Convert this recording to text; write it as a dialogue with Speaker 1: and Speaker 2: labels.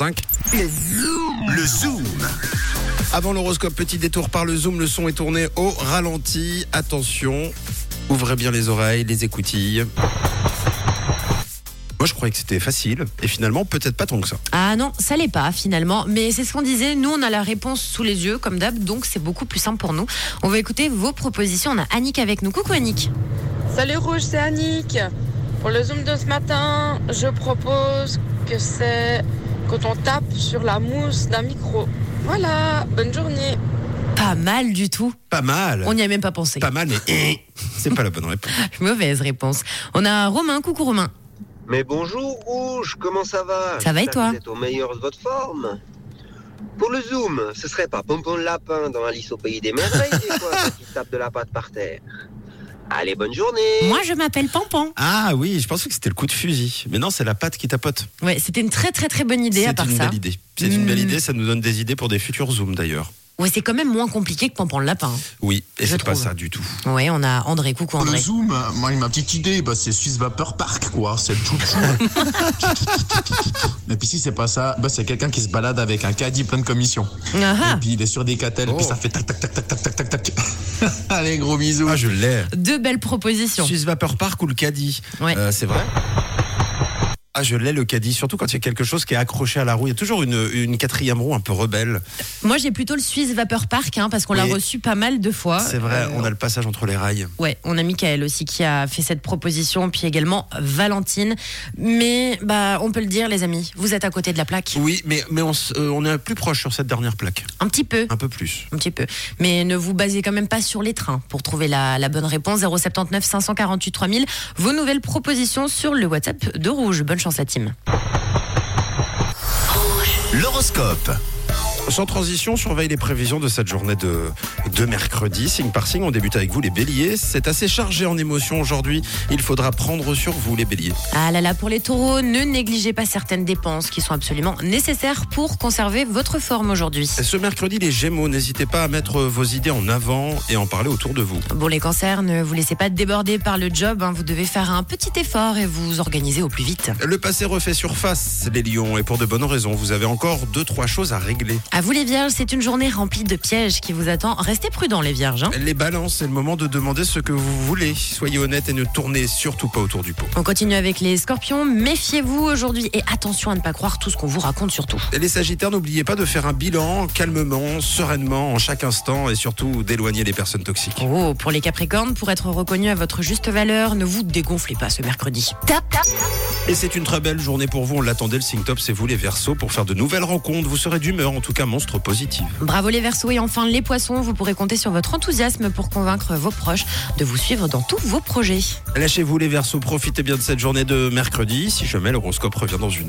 Speaker 1: 5.
Speaker 2: Le Zoom.
Speaker 1: Avant l'horoscope, petit détour par le zoom, le son est tourné au ralenti. Attention, ouvrez bien les oreilles, les écoutilles. Moi, je croyais que c'était facile, et finalement, peut-être pas tant que ça.
Speaker 3: Ah non, ça l'est pas finalement. Mais c'est ce qu'on disait, nous on a la réponse sous les yeux comme d'hab, donc c'est beaucoup plus simple pour nous. On va écouter vos propositions. On a Annick avec nous. Coucou Annick.
Speaker 4: Salut Rouge, c'est Annick. Pour le zoom de ce matin, je propose que c'est quand on tape sur la mousse d'un micro. Voilà, bonne journée.
Speaker 3: Pas mal du tout.
Speaker 1: Pas mal.
Speaker 3: On n'y a même pas pensé.
Speaker 1: Pas mal, mais eh, c'est pas la bonne réponse.
Speaker 3: Mauvaise réponse. On a Romain. Coucou Romain.
Speaker 5: Mais bonjour Rouge, comment ça va
Speaker 3: Ça va et
Speaker 5: J'espère
Speaker 3: toi
Speaker 5: que Vous êtes au meilleur de votre forme. Pour le zoom, ce serait pas Pompon le Lapin dans Alice au Pays des Merveilles, des fois, qui se tape de la patte par terre. Allez, bonne journée
Speaker 3: Moi je m'appelle Pampan.
Speaker 1: Ah oui, je pensais que c'était le coup de fusil. Mais non, c'est la patte qui tapote.
Speaker 3: Ouais, c'était une très très très bonne idée
Speaker 1: C'est
Speaker 3: à part
Speaker 1: une
Speaker 3: ça.
Speaker 1: belle idée. C'est une belle
Speaker 3: Hmm.
Speaker 1: idée, ça nous donne des idées pour des futurs zooms d'ailleurs.
Speaker 3: Ouais, c'est quand même moins compliqué que Pampan le lapin.
Speaker 1: Oui, et
Speaker 3: Je
Speaker 1: c'est pas
Speaker 3: trouve.
Speaker 1: ça du tout.
Speaker 3: Ouais, on a André. Coucou
Speaker 6: Pour le
Speaker 3: André.
Speaker 6: zoom, euh, moi, ma petite idée, bah, c'est Swiss Vapor Park, quoi. C'est tout Et puis si c'est pas ça, bah, c'est quelqu'un qui se balade avec un caddie plein de commissions.
Speaker 3: Ah, ah.
Speaker 6: Et puis il est sur des catelles,
Speaker 1: Oh.
Speaker 6: puis ça fait tac, tac, tac, tac, tac, tac, tac, tac. Allez, gros bisous.
Speaker 1: Ah, je l'ai.
Speaker 3: Deux belles propositions.
Speaker 1: Suisse Vapeur Park ou le caddie
Speaker 3: Ouais.
Speaker 1: Euh, C'est vrai ah, je l'ai le caddie, surtout quand il y a quelque chose qui est accroché à la roue. Il y a toujours une, une quatrième roue un peu rebelle.
Speaker 3: Moi j'ai plutôt le Suisse Vapeur Park hein, parce qu'on l'a
Speaker 1: Oui.
Speaker 3: reçu pas mal de fois.
Speaker 1: C'est vrai,
Speaker 3: Euh,
Speaker 1: on a le passage entre les rails.
Speaker 3: Ouais, on a Michael aussi qui a fait cette proposition, puis également Valentine. Mais bah, on peut le dire, les amis, vous êtes à côté de la plaque,
Speaker 1: Oui, mais, mais on, s- euh, on est plus proche sur cette dernière plaque.
Speaker 3: un petit peu,
Speaker 1: Un peu plus.
Speaker 3: un petit peu. Mais ne vous basez quand même pas sur les trains pour trouver la, la bonne réponse. 079 548 3000. Vos nouvelles propositions sur le WhatsApp de Rouge. Bonne chance la team.
Speaker 2: L'horoscope.
Speaker 1: Sans transition, surveille les prévisions de cette journée de, de mercredi. Signe par signe, on débute avec vous les béliers. C'est assez chargé en émotions aujourd'hui. Il faudra prendre sur vous les béliers.
Speaker 3: Ah là là, pour les taureaux, ne négligez pas certaines dépenses qui sont absolument nécessaires pour conserver votre forme aujourd'hui.
Speaker 1: Ce mercredi, les Gémeaux, n'hésitez pas à mettre vos idées en avant et en parler autour de vous.
Speaker 3: Bon, les cancers, ne vous laissez pas déborder par le job. hein. Vous devez faire un petit effort et vous organiser au plus vite.
Speaker 1: Le passé refait surface, les lions, et pour de bonnes raisons. Vous avez encore deux, trois choses à régler.
Speaker 3: À vous les vierges, c'est une journée remplie de pièges qui vous attend. Restez prudents les vierges. hein.
Speaker 1: Les balances, c'est le moment de demander ce que vous voulez. Soyez honnête et ne tournez surtout pas autour du pot.
Speaker 3: On continue avec les scorpions. Méfiez-vous aujourd'hui et attention à ne pas croire tout ce qu'on vous raconte surtout.
Speaker 1: Et Les sagittaires, n'oubliez pas de faire un bilan calmement, sereinement, en chaque instant, et surtout d'éloigner les personnes toxiques.
Speaker 3: Oh, pour les capricornes, pour être reconnu à votre juste valeur, ne vous dégonflez pas ce mercredi.
Speaker 1: Et c'est une très belle journée pour vous. On l'attendait, le Sing Top, c'est vous les Verseaux, pour faire de nouvelles rencontres. Vous serez d'humeur, en tout cas monstre positive.
Speaker 3: Bravo les versos et enfin les poissons, vous pourrez compter sur votre enthousiasme pour convaincre vos proches de vous suivre dans tous vos projets.
Speaker 1: Lâchez-vous les Verseaux, profitez bien de cette journée de mercredi. Si jamais l'horoscope revient dans une heure.